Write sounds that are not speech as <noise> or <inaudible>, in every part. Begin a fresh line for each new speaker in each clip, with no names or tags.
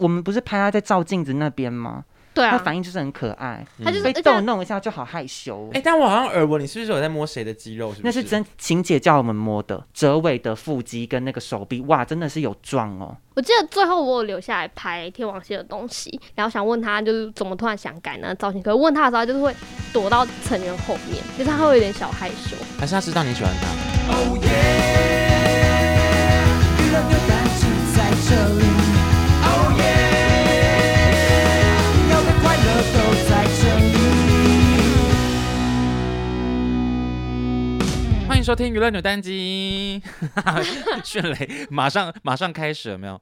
我们不是拍他在照镜子那边吗？
对
他
啊，
反应就是很可爱，
他就是
被
而且
逗弄一下就好害羞。
嗯哎、但我好像耳闻你是不是有在摸谁的肌肉？是不
那是真晴姐叫我们摸的，折尾的腹肌跟那个手臂，哇，真的是有撞哦。
我记得最后我有留下来拍天王星的东西，然后想问他就是怎么突然想改那个造型，可是问他的时候，他就是会躲到成员后面，就是他会有点小害羞。
还是他知道你喜欢他？
Oh yeah，娱乐的感情在这里。Oh yeah，要的快乐都在这里。
欢迎收听娱乐扭蛋机， <laughs> 迅雷，马上马上开始，有没有？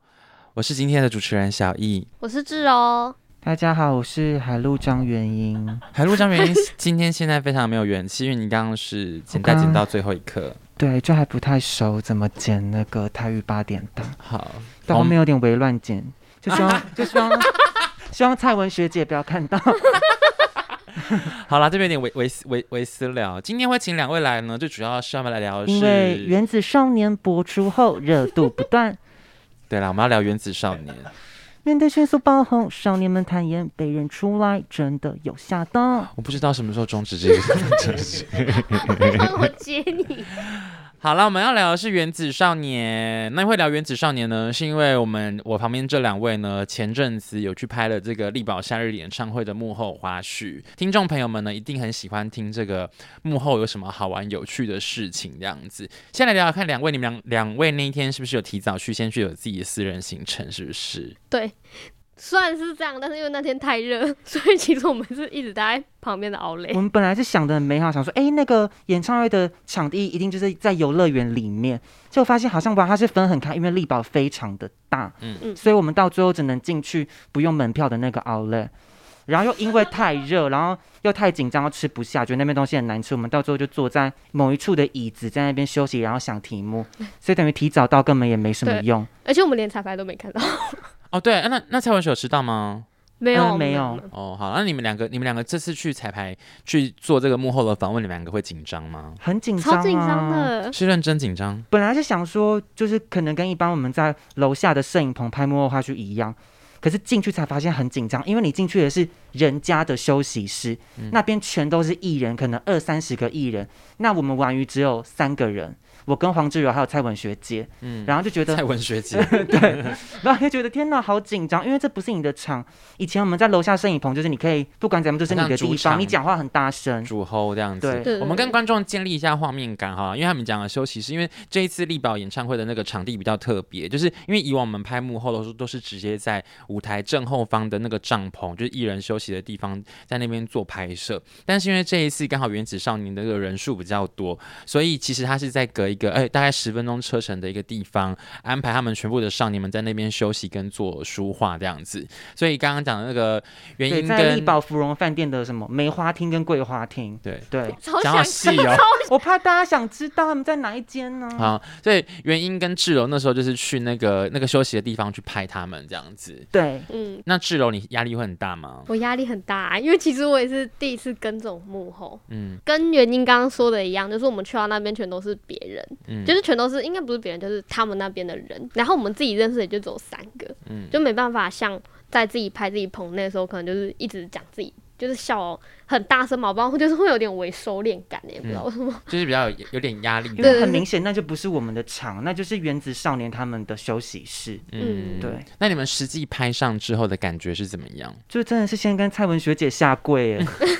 我是今天的主持人小易。
我是志
<laughs>
哦，
大家好，我是海陆张元 <laughs> 英。
海陆张元英今天现在非常没有元气，因为你刚刚是剪带剪到最后一刻。
对，就还不太熟，怎么剪那个泰语八点档，
好，
但后面有点微乱剪，就希望就希 <laughs> 望希望蔡文学姐不要看到。
好啦，这边有点维维维维私聊。今天会请两位来呢，最主要是要来聊的
因为《
是，
原子少年》播出后热度不断，
对啦，我们要聊原子少
<laughs>
年。
面对迅速爆红，少年们坦言被认出来真的有吓到。
我不知道什么时候终止这个真是。
我接你。
好了，我们要聊的是《原子少年》。呃那会聊《原子少年》呢，是因为我们我旁边这两位呢，前阵子有去拍了这个力宝夏日演唱会的幕后花絮。听众朋友们呢，一定很喜欢听这个幕后有什么好玩有趣的事情这样子。先来聊聊看，两位你们两两位那一天是不是有提早去，先去有自己的私人行程，是不是？
对，虽然是这样，但是因为那天太热，所以其实我们是一直待在旁边的熬雷
我。们本来是想的很美好，想说，哎、那个演唱会的场地一定就是在游乐园里面，结果发现好像哇，它是分很开，因为力宝非常的大，
嗯
嗯
所以我们到最后只能进去不用门票的那个 outlet。然后又因为太热，然后又太紧张，又吃不下，觉得那边东西很难吃。我们到最后就坐在某一处的椅子，在那边休息，然后想题目，所以等于提早到根本也没什么
对
用。
而且我们连彩排都没看到，
哦，对，啊那那蔡文雪有吃到吗？
没有、
嗯没有
哦，好，那你们两个，你们两个这次去彩排去做这个幕后的访问，你们两个会紧张吗？
很紧张、啊，
超紧张。的。
是认真紧张？
本来是想说，就是可能跟一般我们在楼下的摄影棚拍幕后花絮一样，可是进去才发现很紧张，因为你进去的是人家的休息室，
嗯
那边全都是艺人，可能二三十个艺人，那我们玩鱼只有三个人，我跟黄志柔还有蔡文学姐，
嗯
然后就觉得
蔡文学姐，
<laughs> 然后就觉得天哪，好紧张，因为这不是你的场。以前我们在楼下摄影棚，就是你可以不管怎么，就是你的
好像
地
主场
方，你讲话很大声。
主吼这样
对
子。
对
我们跟观众建立一下画面感哈，因为他们讲了休息室，因为这一次力宝演唱会的那个场地比较特别，就是因为以往我们拍幕后的时候都是直接在舞台正后方的那个帐篷，就是艺人休息的地方，在那边做拍摄。但是因为这一次刚好原子少年的这个人数比较多，所以其实他是在隔一个哎、大概十分钟车程的一个地方，安排他们全部的少年们在那边休息跟做书画这样子。所以刚刚讲的那个原
对，
因
在
跟
力宝芙蓉饭店的什么梅花厅跟桂花厅，
对。
对
超
讲好
想
细哦，
<laughs>
<laughs> 我怕大家想知道他们在哪一间呢、
好，所以元英跟志柔那时候就是去那个那个休息的地方去拍他们这样子。
对，
嗯，
那志柔，你压力会很大吗？
我压力很大、啊因为其实我也是第一次跟这种幕后，
嗯
跟袁英刚刚说的一样，就是我们去到那边全都是别人，
嗯，
就是全都是应该不是别人，就是他们那边的人。然后我们自己认识的也就只有三个，
嗯
就没办法像在自己拍自己棚内的时候，可能就是一直讲自己，就是笑啊很大声嘛，不然就是会有点微收敛感也不知道
嗯
为什么。
就是比较有有点压力
因
的。
为
对
很明显那就不是我们的场，那就是原子少年他们的休息室。
嗯，
嗯
对，
那你们实际拍上之后的感觉是怎么样？
就真的是先跟蔡文学姐下跪哎。 <laughs>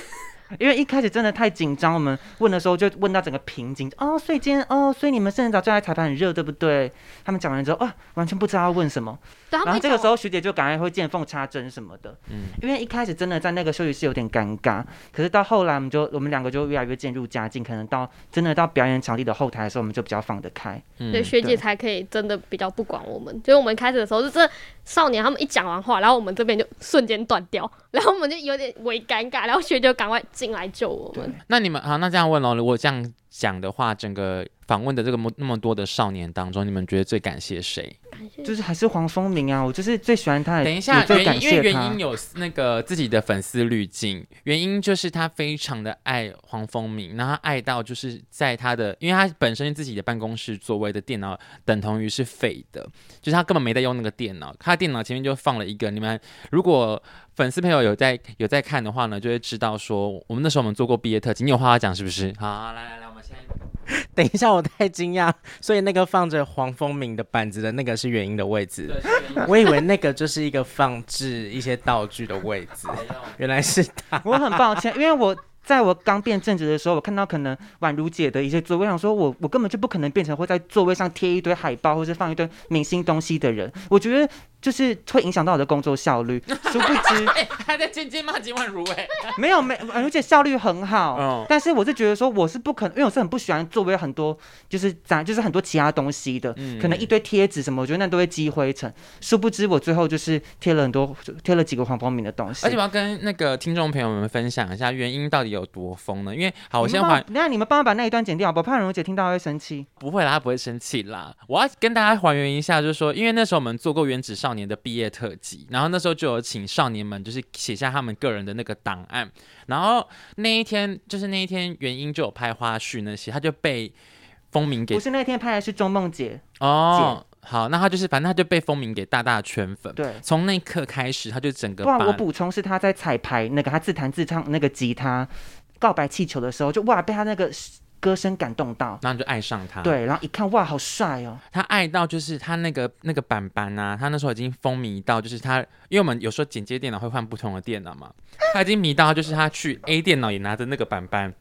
因为一开始真的太紧张，我们问的时候就问到整个瓶颈哦，所以今天哦，所以你们是很早就来彩排，很热对不对？他们讲完之后啊，完全不知道要问什么，
对，
然
他们
后
一
这个
讲
时候学姐就赶快会见缝插针什么的，
嗯
因为一开始真的在那个休息室有点尴尬，可是到后来我们就我们两个就越来越渐入佳境，可能到真的到表演场地的后台的时候，我们就比较放得开。
嗯
对，学
对
姐才可以真的比较不管我们。就是我们开始的时候，是这少年他们一讲完话，然后我们这边就瞬间断掉，然后我们就有点微尴尬，然后学姐就赶快进来救我们。
那你们好，那这样问喽，如果这样讲的话，整个访问的这个么那么多的少年当中，你们觉得最感谢谁？
就是还是黄蜂鸣啊，我就是最喜欢他的，
等一下，
也最
原
感
因因为
谢
原
他
因。有那个自己的粉丝滤镜，原因就是他非常的爱黄蜂鸣，然后他爱到就是在他的，因为他本身自己的办公室座位的电脑等同于是废的，就是他根本没在用那个电脑，他电脑前面就放了一个，你们如果。粉丝朋友有在有在看的话呢，就会知道说，我们那时候我们做过毕业特辑，你有话要讲是不是？好，来来来，我们现在
<laughs> 等一下，我太惊讶， <laughs> 所以那个放着黄蜂鸣的板子的那个是原因的位置，
<laughs>
我以为那个就是一个放置一些道具的位置，原来是它。
我很抱歉，因为我在我刚变正职的时候，我看到可能宛如姐的一些座位，我想说我我根本就不可能变成会在座位上贴一堆海报或是放一堆明星东西的人。我觉得就是会影响到我的工作效率。殊不知
哎、还在尖尖骂金万如哎、
没有没宛如姐效率很好，
嗯
但是我是觉得说我是不可能，因为我是很不喜欢座位很多就是杂就是很多其他东西的，
嗯
可能一堆贴纸什么，我觉得那都会积灰尘。殊不知我最后就是贴了很多贴了几个黄蜂鸣的东西。
<laughs> 而且我要跟那个听众朋友们分享一下原因到底有多疯呢？因为好，我
你们
先
帮
还
那你们帮我把那一段剪掉好不好？怕蓉姐听到会生气。
不会啦，他不会生气啦。我要跟大家还原一下，就是说，因为那时候我们做过《原子少年》的毕业特辑，然后那时候就有请少年们就是写下他们个人的那个档案，然后那一天就是那一天原因就有拍花絮那些，他就被风鸣给
不是那天拍的是钟梦姐，
哦。好，那他就是，反正他就被风鸣给大大圈粉。
对
从那一刻开始，他就整个
不然
把
我补充是她在彩排那个她自弹自唱那个吉他告白气球的时候，就哇被她那个歌声感动到，
然后你就爱上他。
对，然后一看哇好帅哦，
他爱到就是他那个那个板板啊，他那时候已经风靡到，就是他，因为我们有时候剪接电脑会换不同的电脑嘛，他已经迷到，就是他去 A 电脑也拿着那个板板。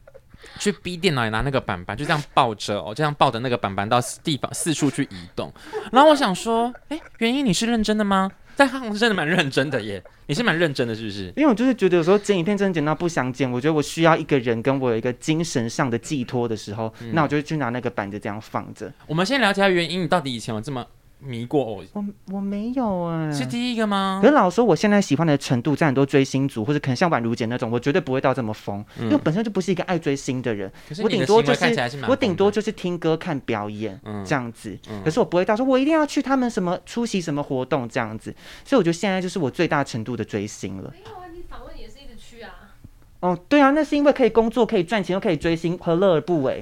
去 B 电脑也拿那个板板，就这样抱着哦，这样抱着那个板板到四地方四处去移动。然后我想说，哎、原因你是认真的吗？但他好像真的蛮认真的耶，你是蛮认真的，是不是？
因为我就是觉得有时候剪影片真的剪到不想剪，我觉得我需要一个人跟我有一个精神上的寄托的时候，那
嗯
我就去拿那个板子这样放着。
我们先了解一下原因，你到底以前有这么迷过偶
我我没有哎、
是第一个吗
可？是老实说，我现在喜欢的程度，在很多追星族或者可能像宛如姐那种，我绝对不会到这么疯，
嗯
因为我本身就不是一个爱追星的人。
可是
我
你
顶
的
多
行
就
为
是
看起来是蛮
我顶多
疯的
就是听歌、看表演、
嗯
这样子。
嗯
可是我不会到说，我一定要去他们什么出席什么活动这样子。所以我觉得现在就是我最大程度的追星了。
啊你访问也是一直去啊。
哦，对啊，那是因为可以工作、可以赚钱，又可以追星，何乐而不为？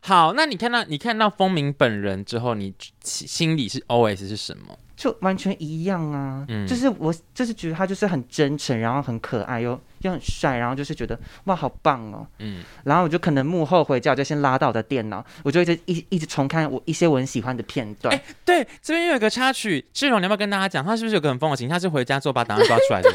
好，那你看到你看到风鸣本人之后，你心心里是 OS 是什么？
就完全一样啊。
嗯
就是我就是觉得他就是很真诚，然后很可爱又又很帅，然后就是觉得哇好棒哦。
嗯，
然后我就可能幕后回家，我就先拉到我的电脑，我就一直一一直重看我一些我很喜欢的片段。
哎对，这边又有个插曲，志荣，你要不要跟大家讲，他是不是有个很疯的情？他是回家之后把档案抓出来的。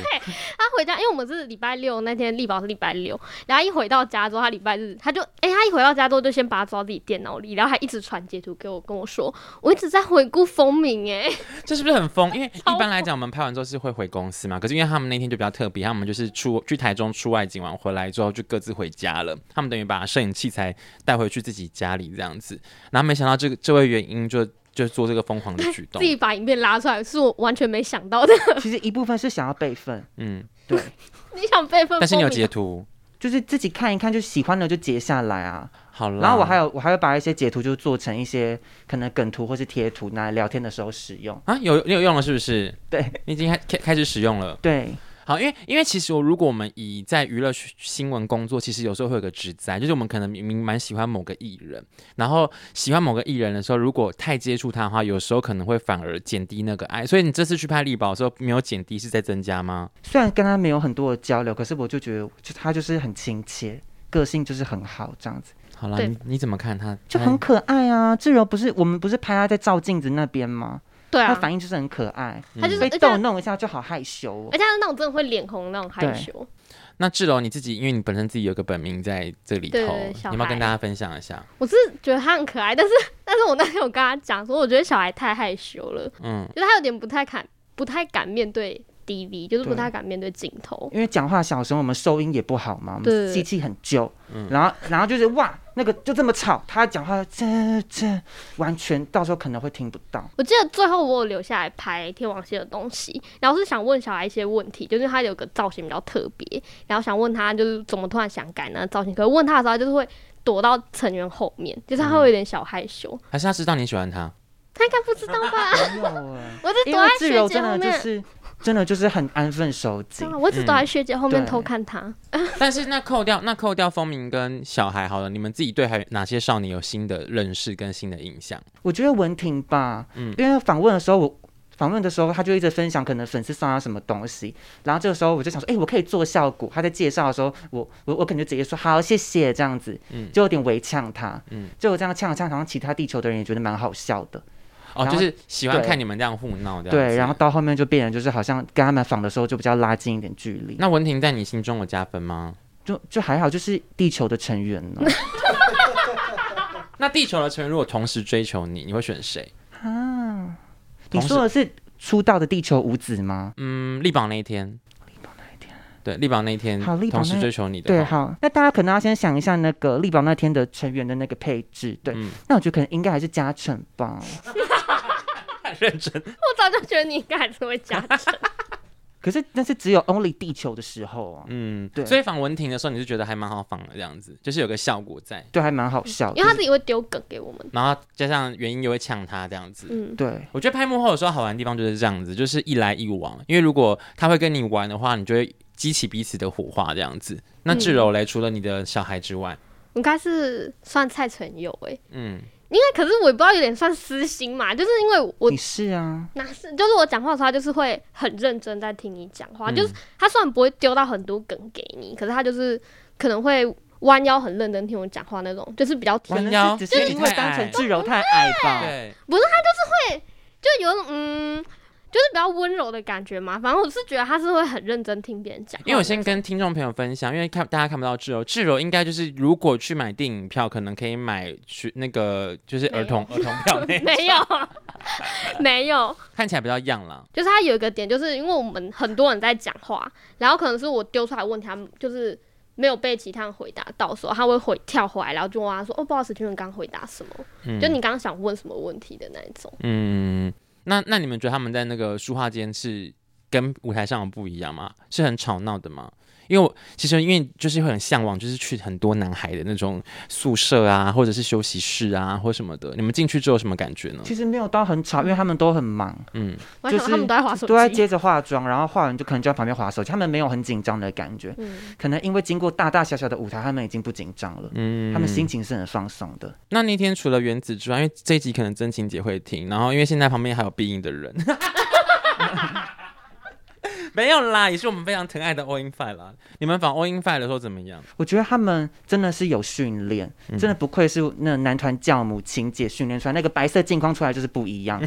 他回家，因为我们是礼拜六那天，力宝是礼拜六，然后他一回到家之后，他礼拜日他就，哎、他一回到家之后就先把它抓自己电脑里，然后还一直传截图给我，跟我说我一直在回顾风鸣，哎，
这是不是很疯？因为
超
一般来讲，我们拍完之后是会回公司嘛。可是因为他们那天就比较特别，他们就是出去台中出外景完回来之后就各自回家了。他们等于把摄影器材带回去自己家里这样子。然后没想到这个这位原因就就做这个疯狂的举动
自。己把影片拉出来，是我完全没想到
<laughs>
的。
其实一部分是想要备份，
嗯，
对，
你想备份，
但是你有
风
截
鸣
图。
就是自己看一看，就喜欢的就截下来啊。
好啦，
然后我还有我还会把一些截图就做成一些可能梗图或是贴图，拿来聊天的时候使用。
啊，有你有用了是不是？
对
你已经开开开始使用了。
对，
好，因为因为其实我如果我们以在娱乐新新闻工作，其实有时候会有个职灾，就是我们可能明明蛮喜欢某个艺人，然后喜欢某个艺人的时候，如果太接触他的话，有时候可能会反而减低那个爱。所以你这次去拍力宝的时候，没有减低是在增加吗？
虽然跟他没有很多的交流，可是我就觉得就他就是很亲切，个性就是很好这样子。
好啦，
对
你你怎么看他？
就
哎
他
很可爱啊！志柔不是我们不是拍她在照镜子那边吗？
对
她
啊，
反应就是很可爱，
他就是
被
而且
逗弄一下就好害羞哦
而。且他是那种真的会脸红那种害
对
羞。
那志柔你自己，因为你本身自己有个本名在这里头，
对对对
你
小
要不要跟
孩
大家分享一下？
我是觉得他很可爱，但是 <laughs> 但是我那天有跟他讲说，我觉得小孩太害羞了，
嗯，
就是他有点不太敢不太敢面对 DV，就是不
对
太敢面对镜头。
因为讲话小声，我们收音也不好嘛，我们
对
机器很旧，然后然后就是哇，那个就这么吵，她讲话这这完全到时候可能会听不到。
我记得最后我有留下来拍天王星的东西，然后是想问小孩一些问题，就是他有个造型比较特别，然后想问他就是怎么突然想改那个造型，可是问他的时候他就是会躲到成员后面，就是他会有点小害羞。
还是他知道你喜欢他？
他应该不知道吧？ <laughs>
没有哎、
我在
因
躲
为
在
志柔
学姐
真
后
的
面
就，是真的就是很安分守己
真，的我只躲在学姐后面
对
偷看他。 <laughs>
但是那扣掉那扣掉风鸣跟小孩好了，你们自己对还有哪些少年有新的认识跟新的印象？
我觉得文婷吧，
嗯
因为访问的时候我。访问的时候，他就一直分享可能粉丝送他什么东西，然后这个时候我就想说，哎、我可以做效果。他在介绍的时候，我我我可能就直接说好，谢谢这样子，
嗯
就有点围呛他，
嗯
就我这样呛呛，然后其他地球的人也觉得蛮好笑的，
哦，
然后
就是喜欢
对
看你们这样互闹这样子。
对。然后到后面就变成就是好像跟他们访的时候就比较拉近一点距离，
那文婷在你心中有加分吗？
就就还好，就是地球的成员呢。
<laughs> 那地球的成员如果同时追求你，你会选谁？
啊，你
同时
说的是出道的地球五子吗？
嗯，立榜那一天。对，立榜那一天，
好立
同
榜
时
那
追求你的，
对，，好，那大家可能要先想一下那个力宝那天的成员的那个配置，对，
嗯
那我觉得可能应该还是嘉诚吧。
太认真。
我早就觉得你应该还是会加的。
可是那是只有 only 地球的时候啊，
嗯，
对
所以访文婷的时候，你就觉得还蛮好访的这样子，就是有个效果在，
对，还蛮好笑的，
因为他自己会丢梗给我们。
然后加上原因又会呛他这样子。
嗯，
对
我觉得拍幕后的时候好玩的地方就是这样子，就是一来一往。因为如果他会跟你玩的话，你就会激起彼此的火花这样子。那智柔嘞，除了你的小孩之外，
我应该是算蔡淳佑哎，
嗯，
因为可是我也不知道有点算私心嘛，就是因为我
你是啊，
哪是就是我讲话的时候，他就是会很认真在听你讲话，
嗯
就是他虽然不会丢到很多梗给你，可是他就是可能会弯腰很认真听我讲话那种，就是比较
可
听，
弯
能
腰
是只
就是
是
你
因为
太
当
矮
成智柔太矮吧，
对，
就有一种嗯。就是比较温柔的感觉嘛，反正我是觉得他是会很认真听别人讲话的那种。
因为我先跟听众朋友分享，因为看大家看不到智柔，智柔应该就是如果去买电影票，可能可以买去那个就是儿童儿童票那
没有， <laughs> 没有，
看起来比较样啦。
就是他有一个点，就是因为我们很多人在讲话，然后可能是我丢出来问他，就是没有被其他人回答到，时候他会回跳回来，然后就问他说：“哦，不好意思，君文刚回答什么？
嗯
就你刚刚想问什么问题的那一种。
嗯，那那你们觉得他们在那个书画间是跟舞台上有不一样吗？是很吵闹的吗？因为我其实因为就是会很向往，就是去很多男孩的那种宿舍啊，或者是休息室啊，或什么的。你们进去之后有什么感觉呢？
其实没有到很吵，因为他们都很忙，
嗯，”
我还想
就是
他们都在划手
都在
机。
接着化妆，然后化完就可能就在旁边划手机，他们没有很紧张的感觉，
嗯，
可能因为经过大大小小的舞台，他们已经不紧张了，
嗯
他们心情是很放松的。
那那天除了原子之外，因为这一集可能真情姐会听，然后因为现在旁边还有必应的人， <laughs> 没有啦，也是我们非常疼爱的 All In Five 啦。你们访 All In Five 的时候怎么样？
我觉得他们真的是有训练，
嗯
真的不愧是那男团教母情姐训练出来，那个白色镜框出来就是不一
<laughs>
样。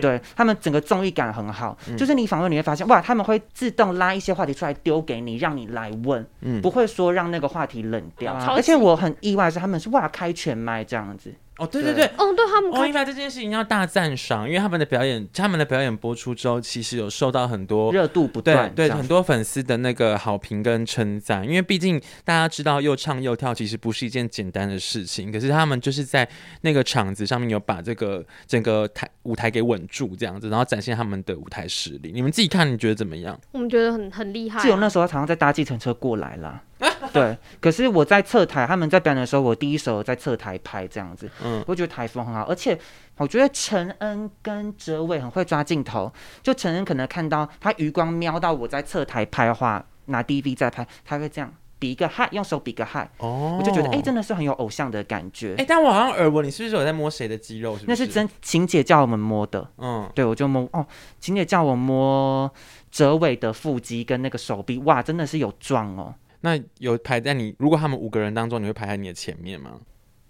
对他们整个综艺感很好，
嗯
就是你访问你会发现，哇，他们会自动拉一些话题出来丢给你，让你来问，
嗯
不会说让那个话题冷掉。
啊
而且我很意外的是，他们是哇开全麦这样子，
哦，对对对，
哦，
<laughs>
对他们
哦，
刚
应该这件事情要大赞赏，因为他们的表演，他们的表演播出之后，其实有受到很多
热度不
对
断。
对
这样
很多粉丝的那个好评跟称赞，因为毕竟大家知道又唱又跳其实不是一件简单的事情，可是他们就是在那个场子上面有把这个整个台舞台给稳住这样子，然后展现他们的舞台实力。你们自己看，你觉得怎么样？
我们觉得很很厉害、
志勇
啊。
那时候常常在搭计程车过来啦。 <laughs> 对，可是我在侧台，他们在表演的时候，我第一手在侧台拍这样子，
嗯
嗯，我觉得台风很好，而且我觉得陈恩跟哲伟很会抓镜头，就陈恩可能看到他余光瞄到我在侧台拍的话，拿 DV 在拍，他会这样比一个嗨，用手比个嗨，
哦
我就觉得哎、真的是很有偶像的感觉，
哎、但我好像耳闻你是不是有在摸谁的肌肉？是不
那是真晴姐叫我们摸的，
嗯。
对，我就摸哦，晴姐叫我摸哲伟的腹肌跟那个手臂，哇，真的是有壮哦。
那有排在你，如果他们五个人当中，你会排在你的前面吗？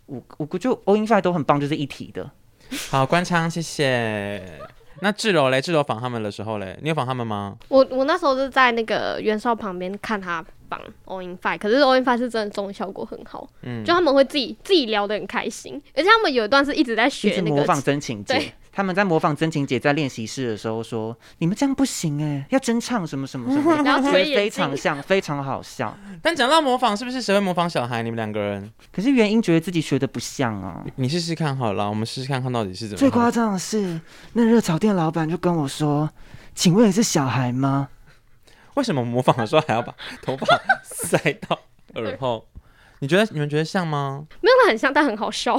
我我估就 all in five 都很棒，就是一体的。
好，关昌，谢谢。那志柔嘞，志柔访他们的时候嘞，你有访他们吗？
我我那时候是在那个袁绍旁边看他绑 All in Five，可是 All in Five 是真的综艺效果很好，
嗯
就，他们会自己自己聊得很开心，而且他们有一段是一直在
一
学
直
那
模
个
仿真情姐
对，
他们在模仿真情姐在练习室的时候说：“你们这样不行哎、要真唱什么什么什
<laughs>
么的。”
然后
觉
推
得
眼
非
镜
常像，非常好笑。
但讲到模仿，是不是谁会模仿小孩？你们两个人，
可是原因觉得自己学的不像啊。
你试试看好了，我们试试看看到底是怎么。
最夸张的是，那热炒店老板就跟我说：“请问你是小孩吗
<laughs> 为什么模仿的时候还要把头发塞到耳后？你觉得你们觉得像吗？
没有，那很像，但很好笑。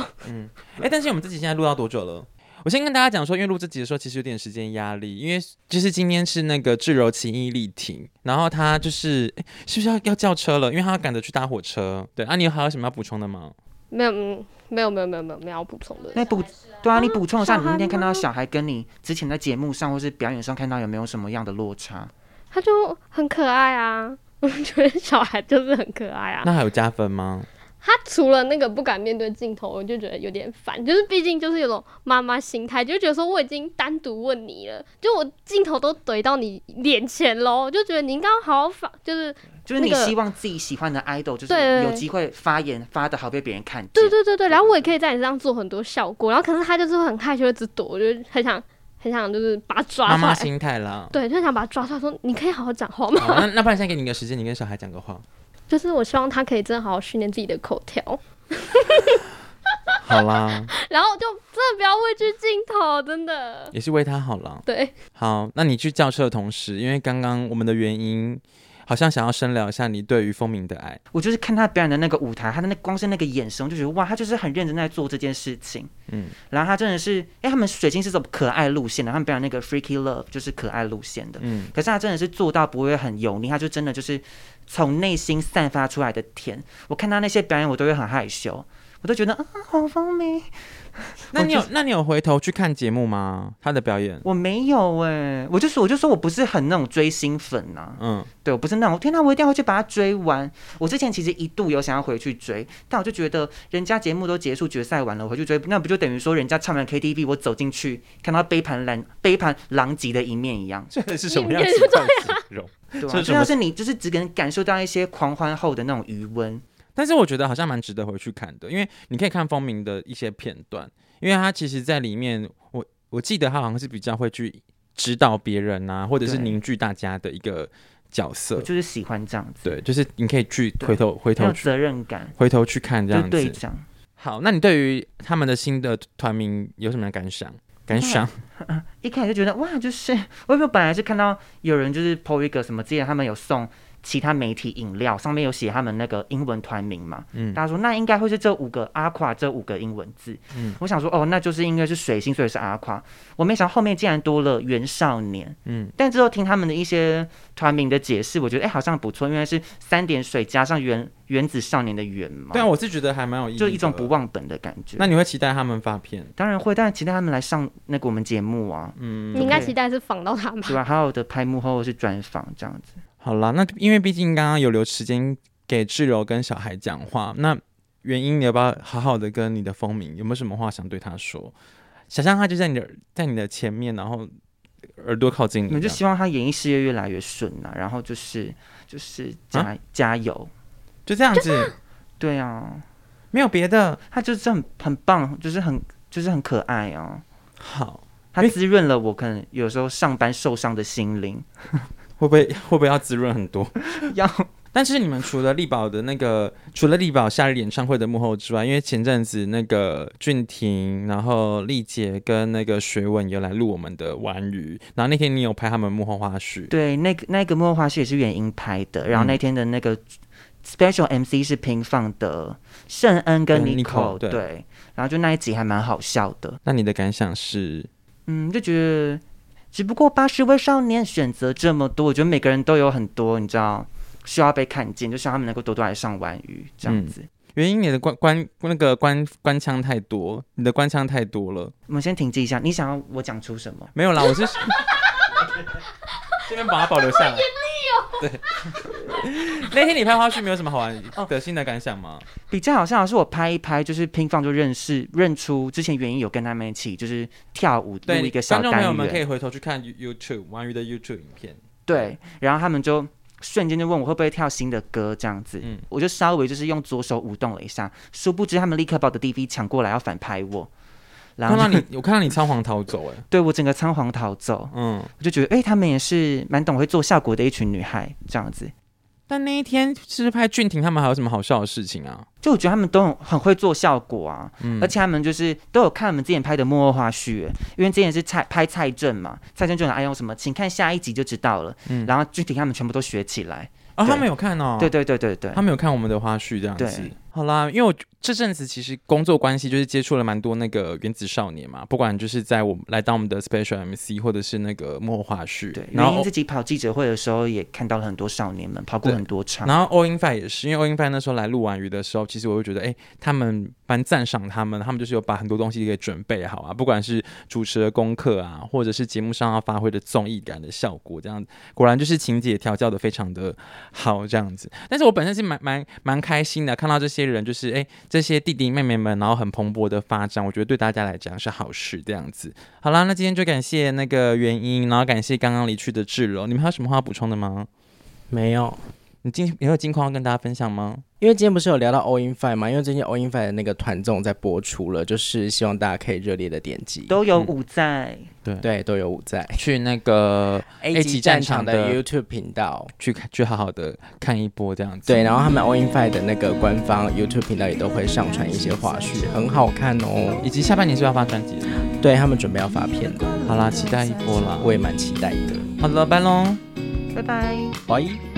哎、但是我们自己现在录到多久了？我先跟大家讲说，因为录这集的时候其实有点时间压力，因为就是今天是那个智柔情义力挺，然后他就是、诶是不是要要叫车了？因为他要赶着去搭火车。对啊，你有还有什么要补充的吗？
没有，嗯，没有，没有，没有，没有，没有要补充的。
那补对啊，你补充一下，
小
你
孩
那天看到
吗
小孩跟你之前在节目上或是表演上看到有没有什么样的落差？
他就很可爱啊，我觉得小孩就是很可爱啊。
那还有加分吗？
他除了那个不敢面对镜头，我就觉得有点烦，就是毕竟就是有种妈妈心态，就觉得说我已经单独问你了，就我镜头都怼到你脸前喽，就觉得你应该好好反，就是
就是你
那个
希望自己喜欢的 idol，就是
对
有机会发言发的好被别人看见。
对对对对，然后我也可以在你身上做很多效果，然后可是他就是会很害羞，一直躲，我就很想很想就是把他抓
妈
出
妈
来，
心态啦。
对，就很想把他抓出来说你可以好好讲话吗？
好，那那不然现在给你一个时间，你跟小孩讲个话。
就是我希望他可以真的好好训练自己的口条，
好啦，
<laughs> 然后就真的不要畏惧镜头，真的。
也是为他好了。
对，
好，那你去叫车的同时，因为刚刚我们的原因，好像想要深聊一下你对于风鸣的爱。
我就是看他表演的那个舞台，他的那光是那个眼神，我就觉得哇，他就是很认真在做这件事情。
嗯
嗯，然后他真的是，哎、他们水晶是走可爱路线的，他们表演那个 freaky love 就是可爱路线的。
嗯，
可是他真的是做到不会很油腻，他就真的就是从内心散发出来的甜。我看他那些表演，我都会很害羞，我都觉得啊，好风靡。
那你有
我就
那你有回头去看节目吗？他的表演？
我没有哎、我就说我就说我不是很那种追星粉啊呐、
嗯，
对我不是那种，天哪，我一定要回去把它追完。我之前其实一度有想要回去追，但我就觉得人家节目都结束决赛完了，我回去追，那不就等于说人家唱完 KTV，我走进去看到杯盘狼杯盘狼藉的一面一样？
这是
什么样
的
你你就
态形容？
对
这
啊，
是什
就
么
要是你就是只能感受到一些狂欢后的那种余温。
但是我觉得好像蛮值得回去看的，因为你可以看风鸣的一些片段，因为他其实在里面，我我记得他好像是比较会去指导别人啊，或者是
对
凝聚大家的一个角
我
色。
就是喜欢这样子，
对，就是你可以去
对
回头回
很
头
有
去
责任感，
回头去看这
就
样
是
子。
队长。
好，那你对于他们的新的团名有什么样的感想？感想？
一开始就觉得哇，就是 <laughs> 我有没有本来是看到有人就是 PO 一个什么，之前他们有送其他媒体饮料，上面有写他们那个英文团名嘛，
嗯
大家说那应该会是这五个阿垮这五个英文字，
嗯
我想说哦，那就是应该是水星，所以是阿垮。我没想到后面竟然多了袁少年，
嗯，
但之后听他们的一些团名的解释，我觉得哎、好像不错，因为是三点水加上原原子少年的原嘛，
对啊，我是觉得还蛮有意义，
就一种不。忘本的感觉。
那你会期待他们发片？
当然会，但期待他们来上那个我们节目啊。
嗯
你应该期待是仿到他吧？
对吧？还有的拍幕后是专访这样子，
好啦，那因为毕竟刚刚有留时间给志柔跟小孩讲话，那原因你要不要好好的跟你的风鸣有没有什么话想对他说？想象他就在你的在你的前面，然后耳朵靠近
我
你
们
这
就
样，
希望他演艺事业越来越顺啊，然后就是就是加、
啊
加油，
就这样子，
对啊，
没有别的。
他就是很很棒，就是很就是很可爱啊，
好，
他
因为
滋润了我可能有时候上班受伤的心灵，
会不 <laughs> 会会不会要滋润很多？
<laughs> 要
但是你们除了力宝的那个，除了力宝夏日演唱会的幕后之外，因为前阵子那个俊廷，然后丽姐跟那个学文有来录我们的玩鱼，然后那天你有拍他们幕后花絮，
对那个那个幕后花絮也是原音拍的，然后那天的那个 special MC 是平放的圣恩跟
跟
n i c
Nicole，
o
对
对，然后就那一集还蛮好笑的，
那你的感想是？
嗯，就觉得只不过八十位少年选择这么多，我觉得每个人都有很多，你知道需要被看见，就希望他们能够多多来上玩鱼这样子。
原因你的官官那个官官腔太多，你的官腔太多了。
我们先停机一下，你想要我讲出什么？
没有啦，我是 <laughs> 这边把它保留下 <laughs> 来。对，那天你拍花絮没有什么好玩
哦
的新的感想吗？
比较好笑的是，我拍一拍就是拼放就认识认出之前原因有跟他们一起就是跳舞录
对，
一个
观
小
众朋友
单
们可以
元，
回头去看 You- YouTube 玩鱼的 YouTube 影片。
对，然后他们就。瞬间就问我会不会跳新的歌这样子，
嗯
我就稍微就是用左手舞动了一下，殊不知他们立刻把我的 DV 抢过来要反拍我，然后
看到
就
你，我看 <laughs> 到你仓皇逃走、哎，
对我整个仓皇逃走，
嗯。
我就觉得，哎、她们也是蛮懂会做效果的一群女孩，这样子。
但那一天是不是拍俊廷他们还有什么好笑的事情啊？
就我觉得她们都很很会做效果啊，
嗯
而且她们就是都有看我们之前拍的幕后花絮耶，因为之前是蔡拍蔡政嘛，蔡政就很爱用什么，请看下一集就知道了。
嗯
然后具体她们全部都学起来，
哦，
对
他们有看哦，
对对对对对
他，们有看我们的花絮这样
对
子。好啦，因为我这阵子其实工作关系就是接触了蛮多那个原子少年嘛，不管就是在我们来到我们的 Special MC 或者是那个幕后花絮，
对，
然
原因
后
自己跑记者会的时候也看到了很多少年们跑过
对
很多场，
然后欧英范也是，因为欧英范那时候来录完鱼的时候，其实我会觉得，哎、他们蛮赞赏他们，他们就是有把很多东西给准备好啊，不管是主持的功课啊，或者是节目上要发挥的综艺感的效果，这样子，果然就是情节调教的非常的好，这样子。但是我本身是蛮蛮蛮开心的，看到这些人就是，哎、这些弟弟妹妹们，然后很蓬勃的发展，我觉得对大家来讲是好事，这样子。好啦，那今天就感谢那个原因，然后感谢刚刚离去的志柔，你们还有什么话要补充的吗？
没有，
你近你有近况要跟大家分享吗？
因为今天不是有聊到 All In Five 嘛，因为最近 All In Five 的那个团综在播出了，就是希望大家可以热烈的点击，
都
嗯
有五在，
对都有我在
去那个 A 级战场的
的 YouTube 频道。
去看去好好的看一波这样子。
对，然后他们 All In Five 的那个官方 YouTube 频道也都会上传一些花絮，很好看哦。
以及下半年是要发专辑的，
对他们准备要发片了，
好啦，期待一波啦。
我也蛮期待的。
好了，拜喽。
拜拜。
拜。